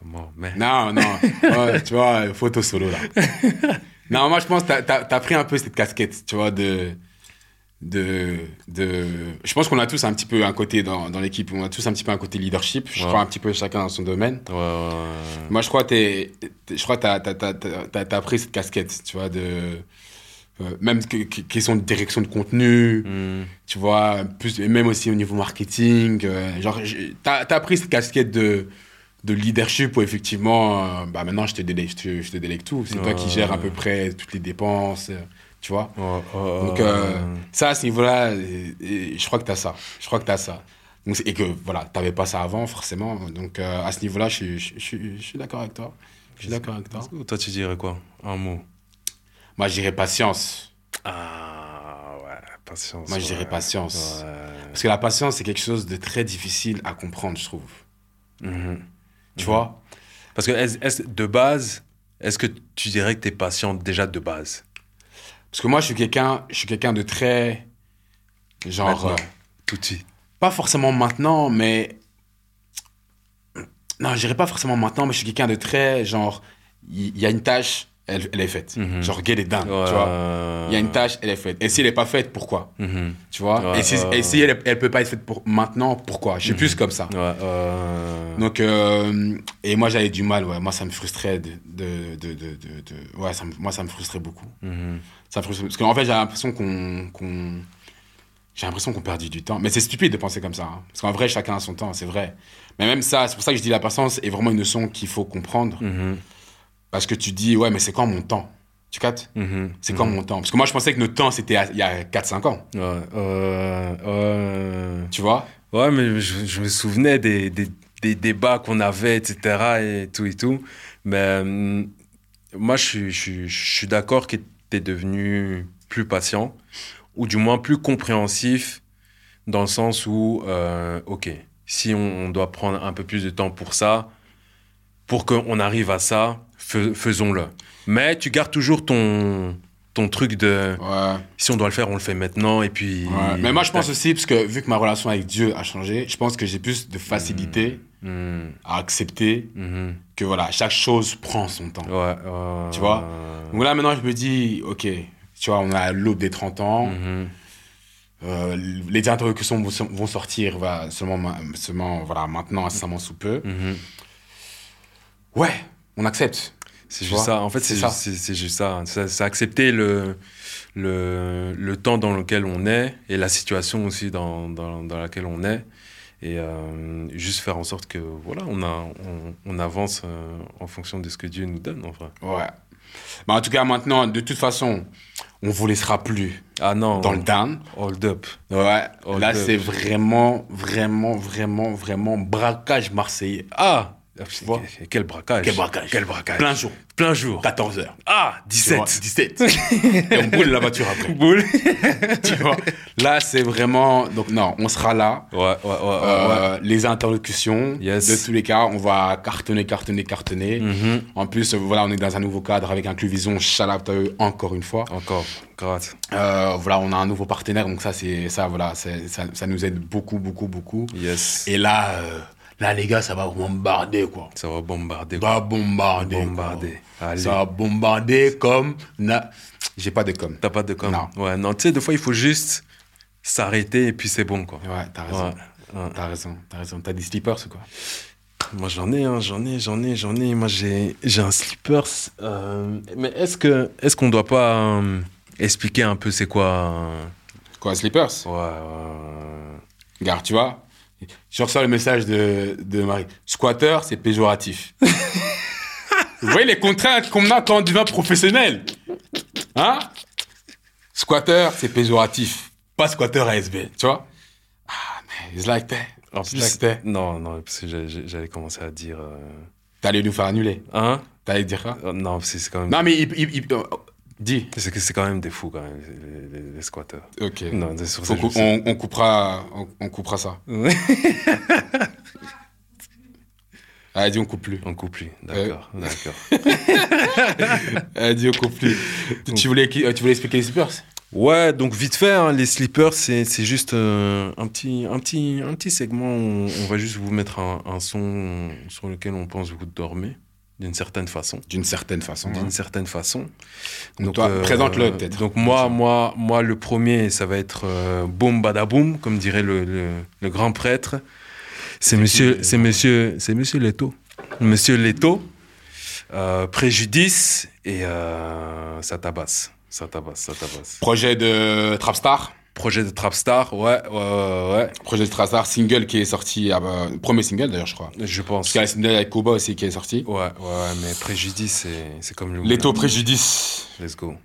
Speaker 2: Comment mais...
Speaker 1: Non, non. Ouais, tu vois, euh, photo solo, là. non, moi, je pense que t'as- t'as as pris un peu cette casquette, tu vois, de... De, de... Je pense qu'on a tous un petit peu un côté dans, dans l'équipe, on a tous un petit peu un côté leadership, je
Speaker 2: Ouais.
Speaker 1: crois un petit peu chacun dans son domaine.
Speaker 2: Ouais, ouais, ouais.
Speaker 1: Moi, je crois que t'es- t'es- je crois que t'as- t'as- t'as- t'as t'as- t'as pris cette casquette, tu vois, de... euh, Même que, que- question de direction de contenu,
Speaker 2: Hmm.
Speaker 1: tu vois, plus, et même aussi au niveau marketing. euh, genre, j'ai- t'as as pris cette casquette de, de leadership où effectivement, euh, bah maintenant je te délègue, je te, je te délègue tout. C'est toi qui
Speaker 2: Ouais.
Speaker 1: gères à peu près toutes les dépenses, euh, tu vois.
Speaker 2: Ouais, ouais,
Speaker 1: Donc,
Speaker 2: ouais,
Speaker 1: euh,
Speaker 2: ouais.
Speaker 1: ça, à ce niveau-là, euh, euh, je crois que t'as ça. Je crois que t'as ça. Donc, c'est- et que, voilà, t'avais pas ça avant, forcément. Donc, euh, à ce niveau-là, je, suis- je, suis- je suis d'accord avec toi. Je suis d'accord avec toi.
Speaker 2: Toi, tu dirais quoi Un mot
Speaker 1: Moi, j'irais patience.
Speaker 2: Ah ouais, Patience.
Speaker 1: Moi, je dirais
Speaker 2: ouais.
Speaker 1: patience.
Speaker 2: Ouais.
Speaker 1: Parce que la patience, c'est quelque chose de très difficile à comprendre, je trouve.
Speaker 2: Mhm.
Speaker 1: Tu
Speaker 2: Mhm.
Speaker 1: vois
Speaker 2: Parce que est-ce- est-ce- de base, est-ce que tu dirais que tu es patient déjà de base
Speaker 1: Parce que moi, je suis quelqu'un, je suis quelqu'un de très. Genre.
Speaker 2: Maintenant.
Speaker 1: euh,
Speaker 2: Tout de suite.
Speaker 1: pas forcément maintenant, mais. Non, je dirais pas forcément maintenant, mais je suis quelqu'un de très. Genre, il il y, a une tâche, elle, elle est faite.
Speaker 2: Mhm.
Speaker 1: Genre, get it done, tu vois. Il y a une tâche, elle est faite. Et si elle n'est pas faite, pourquoi
Speaker 2: Euh, Mhm.
Speaker 1: Tu vois
Speaker 2: Ouais,
Speaker 1: Et si,
Speaker 2: ouais,
Speaker 1: et si elle ne peut pas être faite pour maintenant, pourquoi Je suis
Speaker 2: Mhm.
Speaker 1: plus comme ça.
Speaker 2: Ouais, euh,
Speaker 1: Donc, euh, et moi, j'avais du mal, ouais. Moi, ça me frustrait de. de, de, de, de- de- Ouais, ça me- moi, ça me frustrait beaucoup.
Speaker 2: mhm.
Speaker 1: Ça me frustrait. Parce qu'en fait, j'ai l'impression qu'on. qu'on- J'ai l'impression qu'on perdit du temps. Mais c'est stupide de penser comme ça. hein. Parce qu'en vrai, chacun a son temps, c'est vrai. Mais même ça, c'est pour ça que je dis la patience est vraiment une leçon qu'il faut comprendre.
Speaker 2: Mhm.
Speaker 1: Parce que tu dis, ouais, mais c'est quand mon temps Tu captes
Speaker 2: Mhm.
Speaker 1: C'est quand mon temps Parce que moi, je pensais que notre temps, c'était à- il y a 4-5 ans.
Speaker 2: Ouais, euh, euh.
Speaker 1: Tu vois
Speaker 2: Ouais, mais je, je me souvenais des, des, des débats qu'on avait, etc. et tout et tout. Mais euh, moi, je, suis- je, suis- je suis d'accord que tu es devenu plus patient, ou du moins plus compréhensif, dans le sens où, euh, OK, si on, on doit prendre un peu plus de temps pour ça, pour qu'on arrive à ça, fais- faisons-le. Mais tu gardes toujours ton, ton truc de
Speaker 1: Ouais.
Speaker 2: si on doit le faire, on le fait maintenant, et puis.
Speaker 1: Ouais. Mais moi, je pense aussi, parce que vu que ma relation avec Dieu a changé, je pense que j'ai plus de facilité
Speaker 2: Mhm.
Speaker 1: à accepter
Speaker 2: Mhm.
Speaker 1: que voilà, chaque chose prend son temps.
Speaker 2: Ouais, ouais,
Speaker 1: Tu
Speaker 2: ouais,
Speaker 1: vois
Speaker 2: ouais.
Speaker 1: Donc là, maintenant, je me dis, ok, tu vois, on a l'aube des 30 ans,
Speaker 2: Mhm.
Speaker 1: euh, les interlocutions vont, vont sortir voilà, seulement, ma- seulement voilà, maintenant, incessamment sous peu.
Speaker 2: Mhm.
Speaker 1: Ouais, on accepte.
Speaker 2: C'est
Speaker 1: Tu
Speaker 2: juste
Speaker 1: vois
Speaker 2: ça. En fait,
Speaker 1: C'est
Speaker 2: c'est juste,
Speaker 1: ça.
Speaker 2: c'est- c'est juste ça. C'est c'est accepter le, le, le temps dans lequel on est et la situation aussi dans, dans, dans laquelle on est. Et euh, juste faire en sorte que, voilà, on, a, on, on avance euh, en fonction de ce que Dieu nous donne, en vrai.
Speaker 1: Ouais. Mais en tout cas, maintenant, de toute façon, on vous laissera plus
Speaker 2: Ah non,
Speaker 1: dans le down.
Speaker 2: hold up.
Speaker 1: Ouais,
Speaker 2: Oh,
Speaker 1: là,
Speaker 2: le-
Speaker 1: c'est vraiment, vraiment, vraiment, vraiment braquage marseillais.
Speaker 2: Ah
Speaker 1: vois
Speaker 2: Quel- Quel braquage.
Speaker 1: Quel braquage.
Speaker 2: Quel braquage.
Speaker 1: Plein jour,
Speaker 2: Plein jour.
Speaker 1: 14 heures.
Speaker 2: Ah,
Speaker 1: Tu vois,
Speaker 2: 17.
Speaker 1: 17. Et on brûle la voiture après.
Speaker 2: Boule.
Speaker 1: tu vois. Là, c'est vraiment. Donc, non, on sera là.
Speaker 2: Ouais, ouais, ouais. ouais, Ah, ouais.
Speaker 1: Euh, Les interlocutions,
Speaker 2: Yes.
Speaker 1: de tous les cas, on va cartonner, cartonner, cartonner.
Speaker 2: Mhm.
Speaker 1: En plus, euh, voilà, on est dans un nouveau cadre avec Incluvision. Shout out à eux encore une fois.
Speaker 2: Encore, gratte.
Speaker 1: Euh, voilà, on a un nouveau partenaire, donc ça, c'est ça, voilà, c'est- ça, ça nous aide beaucoup, beaucoup, beaucoup.
Speaker 2: Yes.
Speaker 1: Et là, euh, là, les gars, ça va bombarder quoi.
Speaker 2: Ça va bombarder.
Speaker 1: Ça va bombarder. quoi.
Speaker 2: bombarder. Allez.
Speaker 1: Ça va bombarder comme. na- J'ai pas de com.
Speaker 2: T'as pas de com.
Speaker 1: Non.
Speaker 2: Ouais, non, tu sais, des fois, il faut juste s'arrêter et puis c'est bon, quoi.
Speaker 1: Ouais, t'as
Speaker 2: Ouais.
Speaker 1: raison.
Speaker 2: ouais.
Speaker 1: T'as raison, t'as raison. T'as des slippers ou quoi
Speaker 2: Moi, j'en ai, hein, j'en ai, j'en ai, j'en ai. Moi, j'ai j'ai un slipper. euh, mais est-ce que est-ce qu'on doit pas euh, expliquer un peu c'est quoi euh,
Speaker 1: Quoi, slippers
Speaker 2: Ouais, euh, ouais.
Speaker 1: Regarde, tu vois, je reçois le message de, de Marie. Squatter, c'est péjoratif. Vous voyez les contraintes qu'on a quand on devient professionnel Hein Squatter, c'est péjoratif. Pas squatter ASB, tu vois Ah, mais it's like that.
Speaker 2: En
Speaker 1: It's like that.
Speaker 2: non, non, parce que j'ai- j'ai- j'allais commencer à dire. euh,
Speaker 1: T'allais nous faire annuler.
Speaker 2: Hein
Speaker 1: T'allais dire quoi
Speaker 2: Euh, Non, parce que c'est quand même.
Speaker 1: Non, mais il... il- il- euh, Dis.
Speaker 2: C'est que c'est quand même des fous, quand même, les, les- les squatteurs.
Speaker 1: Ok.
Speaker 2: Non, c'est sur
Speaker 1: Faut
Speaker 2: ça,
Speaker 1: qu'on-
Speaker 2: je-
Speaker 1: on, on coupera, on, on coupera ça. Elle a dit on coupe plus.
Speaker 2: On coupe plus, d'accord, d'accord.
Speaker 1: Elle a dit on coupe plus. Tu- tu, voulais, qui- euh, tu voulais expliquer les slippers
Speaker 2: Ouais, donc vite fait, hein, les slippers, c'est c'est juste euh, un, petit, un, petit, un petit segment où on va juste vous mettre un, un son sur lequel on pense vous dormez, d'une certaine façon.
Speaker 1: D'une certaine façon. hein.
Speaker 2: D'une certaine façon.
Speaker 1: Mmh.
Speaker 2: euh,
Speaker 1: Donc, euh, toi, présente-le, peut-être.
Speaker 2: Donc moi, moi, moi, le premier, ça va être euh, Boum Badaboum, comme dirait le, le, le grand prêtre. C'est monsieur,
Speaker 1: qui,
Speaker 2: c'est monsieur, c'est monsieur Leto. Monsieur Leto, euh, préjudice et euh, ça tabasse, ça tabasse, ça tabasse.
Speaker 1: Projet de Trapstar.
Speaker 2: Projet de Trapstar, ouais, ouais, ouais,
Speaker 1: Projet de Trapstar, single qui est sorti. ah bah, premier single d'ailleurs, je crois.
Speaker 2: ouais, je
Speaker 1: Parce
Speaker 2: pense.
Speaker 1: qu'il y
Speaker 2: Ouais,
Speaker 1: a le single avec Koba aussi qui est sorti.
Speaker 2: ouais, ouais, mais préjudice, c'est- c'est comme le.
Speaker 1: Les taux préjudice.
Speaker 2: Let's go.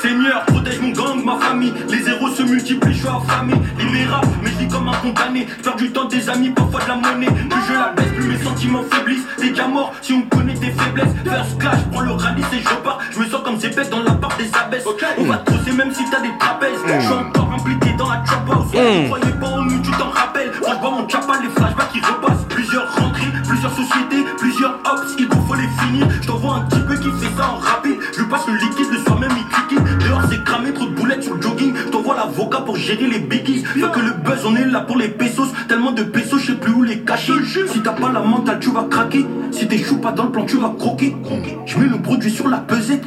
Speaker 3: Seigneur, protège mon gang, ma famille. Les héros se multiplient, je suis affamé. des amis, parfois de la monnaie. Plus je la baisse, plus mes sentiments faiblissent. Des gars morts, si on connaît tes faiblesses. First clash, prends le rallye et je pars. Je me sens comme ces bêtes dans la part des abesses. On va te creuser même si t'as des trapèzes. Je suis encore impliqué dans la trap house. Ne Croyez pas en nous, tu t'en rappelles. Moi je vois mon chapa, les flashbacks qui repassent. Plusieurs rentrées, plusieurs sociétés, plusieurs hops, il faut les finir. Je t'envoie un petit peu qui fait ça en rapide. Je lui passe le liquide, le soir même il clique. Dehors c'est cramé, trop de boulettes sur le jogging. Je t'envoie l'avocat pour gérer les béquilles. Fait que le buzz, on est là pour les pesos. Tellement de pesos, je sais plus où les cacher. Si t'as pas la mentale, tu vas craquer. Si t'es chou pas dans le plan, tu vas croquer. Je mets le produit sur la pesette.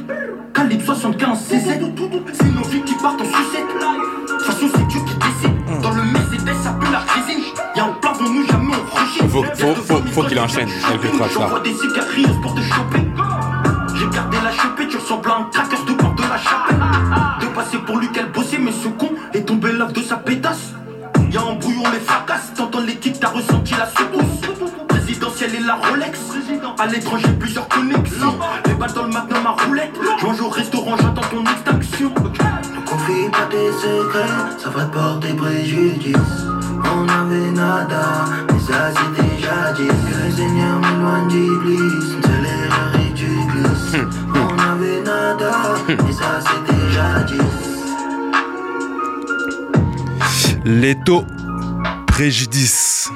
Speaker 3: Calibre 75 CZ. C'est nos vies qui partent en sucette. De toute façon, c'est Dieu qui
Speaker 1: Hum.
Speaker 3: décide. Dans le Mercedes, ça pue la cuisine. Y'a un plan dont nous jamais on franchit.
Speaker 1: Faut- faut- faut- faut qu'il enchaîne, infiltrage, ça.
Speaker 3: J'envoie des cicatrices pour te choper. J'ai gardé la chopée, tu ressembles à un tracker de bord de la chapelle. De passer pour lui qu'elle bossait, mais ce con est tombé lave de sa pétasse. Y'a un brouillon, les fracasse. T'entends les tics, t'as ressenti la secousse. Présidentielle et la Rolex. À l'étranger, plusieurs connexions. Les balles dans le maintenant, ma roulette. Je mange au restaurant, j'attends ton extinction.
Speaker 4: Ne confie pas tes secrets, ça va te porter préjudice. On avait nada, mais ça c'est déjà dit. Que le Seigneur m'éloigne d'Iblis, une seule erreur et tu glisses. On avait nada, mais ça c'est déjà dit.
Speaker 2: Les taux préjudice.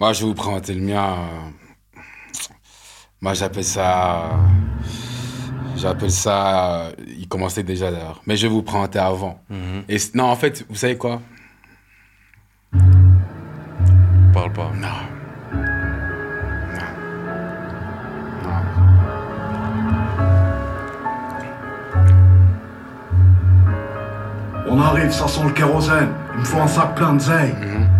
Speaker 1: Moi, je vais vous présenter le mien. euh, Moi, j'appelle ça. euh, J'appelle ça. euh, Il commençait déjà d'ailleurs. Mais je vais vous présenter avant.
Speaker 2: Mhm.
Speaker 1: Et c- non, en fait, vous savez quoi
Speaker 2: Parle pas.
Speaker 1: Non.
Speaker 5: On arrive, ça sent le kérosène. Il me faut un sac plein de zeille.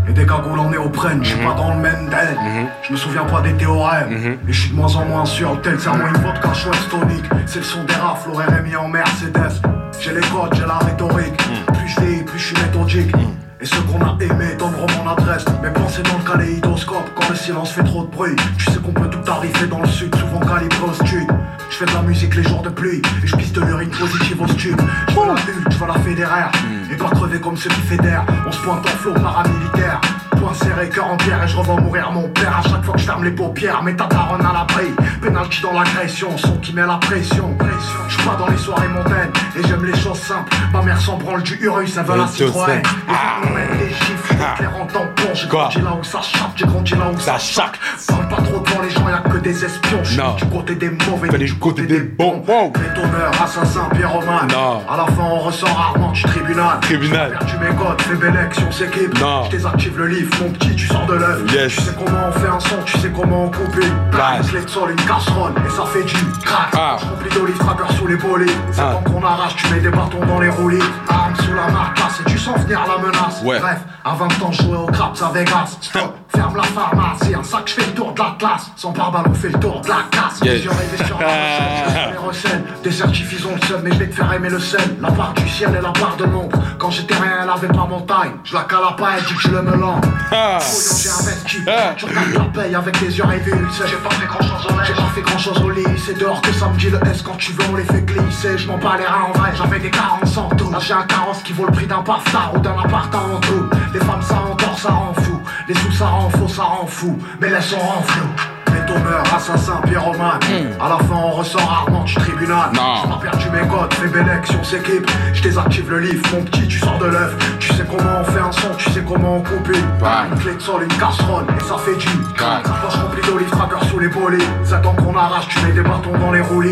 Speaker 5: Et des cagoules en néoprène, je suis pas dans le même délai. Je me souviens pas des théorèmes. Et je suis de moins en moins sûr. Le tel serment, une vodka chouette tonique. C'est le son des rafles, l'horaire est mis en Mercedes. J'ai les codes, j'ai la rhétorique. Plus je vieillis, plus je suis méthodique. Et ce qu'on a aimé donneront mon adresse. Mes pensées dans le kaléidoscope quand le silence fait trop de bruit. Tu sais qu'on peut tout arriver dans le sud, souvent calibré au stud. Je fais de la musique les jours de pluie et je pisse de l'urine positive au stud. Je veux la lutte, je veux la fédéraire et pas crever comme ceux qui fédèrent. On se pointe en flot paramilitaire. Point serré, cœur en pierre et je revois mourir mon père à chaque fois que je ferme les paupières. Mais ta daronne à l'abri, pénalty dans l'agression, son qui met la pression. pression. Je suis pas dans les soirées mondaines et j'aime les choses simples. Ma mère s'en branle du hurus, ça veut
Speaker 1: Les
Speaker 5: la Citroën. Ah.
Speaker 1: Citroën.
Speaker 5: Et je nous mets des chiffres, des clairs en tampon. J'ai
Speaker 1: Ah. Quoi
Speaker 5: grandi là où ça chape, j'ai grandi là où ça
Speaker 1: Ça
Speaker 5: chape.
Speaker 1: chape.
Speaker 5: Parle pas trop devant les gens, y'a que des espions. Je suis
Speaker 1: Non.
Speaker 5: du côté des mauvais,
Speaker 1: Pas
Speaker 5: ni
Speaker 1: du côté des bons.
Speaker 5: Détonneur, assassin, pyromane.
Speaker 1: Non.
Speaker 5: À la fin, on ressort rarement du tribunal.
Speaker 1: Tribunal.
Speaker 5: J'ai perdu mes codes, fais belle si on s'équipe.
Speaker 1: Non.
Speaker 5: Je désactive le livre, mon petit, tu sors de l'œuf.
Speaker 1: Yes.
Speaker 5: Tu sais comment on fait un son, tu sais comment on coupe une.
Speaker 1: Black.
Speaker 5: Place les sols, une casserole, et ça fait du crack.
Speaker 1: Ah.
Speaker 5: Je remplis d'olive, trappeur sous les bolets. C'est
Speaker 1: Ah.
Speaker 5: tant qu'on arrache, tu mets des bâtons dans les roulis. Arme sous la marque, et tu sens venir la menace.
Speaker 1: Ouais.
Speaker 5: Bref, à 20 ans, je jouais au craps à Vegas. Stop, ferme la pharmacie, un sac, je fais le tour de la classe. Sans pare on fait le tour de la casse.
Speaker 1: Yes.
Speaker 5: Plusieurs rêvés sur la recherche, les recèles. Des certifiés ont le seum, mais je vais te faire aimer le sel. La part du ciel et la part de l'ombre. Quand j'étais rien, elle avait pas mon taille. Je la cala pas, elle dit que je le melon.
Speaker 1: Ah.
Speaker 5: J'ai investi,
Speaker 1: Ah.
Speaker 5: je regarde la paye avec les yeux rêvés. J'ai pas fait grand chose au J'ai pas fait grand chose au lit. C'est dehors que ça me dit le S quand tu veux, on les fait glisser. Je m'en bats les reins en vrai, j'avais des carences en tout. Là j'ai un carence qui vaut le prix d'un paftard ou d'un appart à en tout. Les femmes ça endort, ça rend fou. Les sous ça rend faux, ça rend fou. Mais laisse on rend flou. Métomeur, assassin, pyromane. À la fin, on ressort rarement du tribunal.
Speaker 1: Non.
Speaker 5: J'ai pas perdu mes codes, fais Bellex, on s'équipe. Je désactive le livre, mon petit, tu sors de l'œuf. Tu sais comment on fait un son, tu sais comment on coupe une.
Speaker 1: Ouais.
Speaker 5: Une clé de sol, une casserole, et ça fait du crack.
Speaker 1: Ouais.
Speaker 5: Poche remplie d'olive, trappeur sous les bolets. Ça tant qu'on arrache, tu mets des bâtons dans les roulis.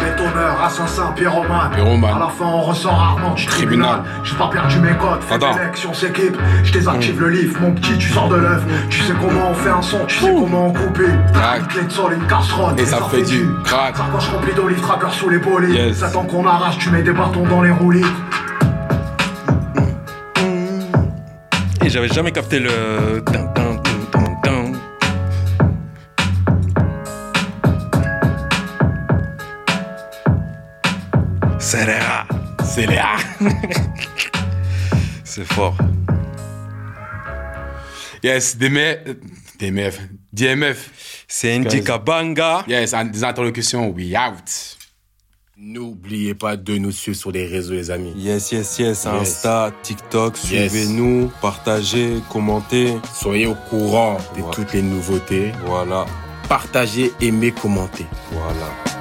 Speaker 5: Bétonneur, assassin, pyromane.
Speaker 1: Pyromane.
Speaker 5: À la fin, on ressort rarement du tribunal.
Speaker 1: Tribunal.
Speaker 5: J'ai pas perdu mes codes, fais
Speaker 1: Attends. Mmh.
Speaker 5: l'élection s'équipe. Je désactive le livre, mon petit, tu sors de l'œuf. Tu sais comment on fait un son, tu sais comment on coupe une.
Speaker 1: Crack.
Speaker 5: Une clé de sol, une casserole,
Speaker 1: Et ça fait du crack.
Speaker 5: Sa poche remplie d'olive, trappeur sous les bolets.
Speaker 1: Yes.
Speaker 5: Ça tant qu'on arrache, tu mets des bâtons dans les roulis.
Speaker 2: Et j'avais jamais capté le. tin, tin, tin, tin, tin. C'est rare.
Speaker 1: C'est les. Ah
Speaker 2: C'est fort.
Speaker 1: Yes, DMF. DMF. DMF.
Speaker 2: C'est Indica Banga.
Speaker 1: Yes, and- des interlocutions. We out. N'oubliez pas de nous suivre sur les réseaux, les amis.
Speaker 2: Yes, yes, yes. Insta, TikTok,
Speaker 1: Yes.
Speaker 2: suivez-nous, partagez, commentez.
Speaker 1: Soyez au courant de
Speaker 2: Ouais.
Speaker 1: toutes les nouveautés.
Speaker 2: Voilà,
Speaker 1: Partagez, aimez, commentez.
Speaker 2: voilà.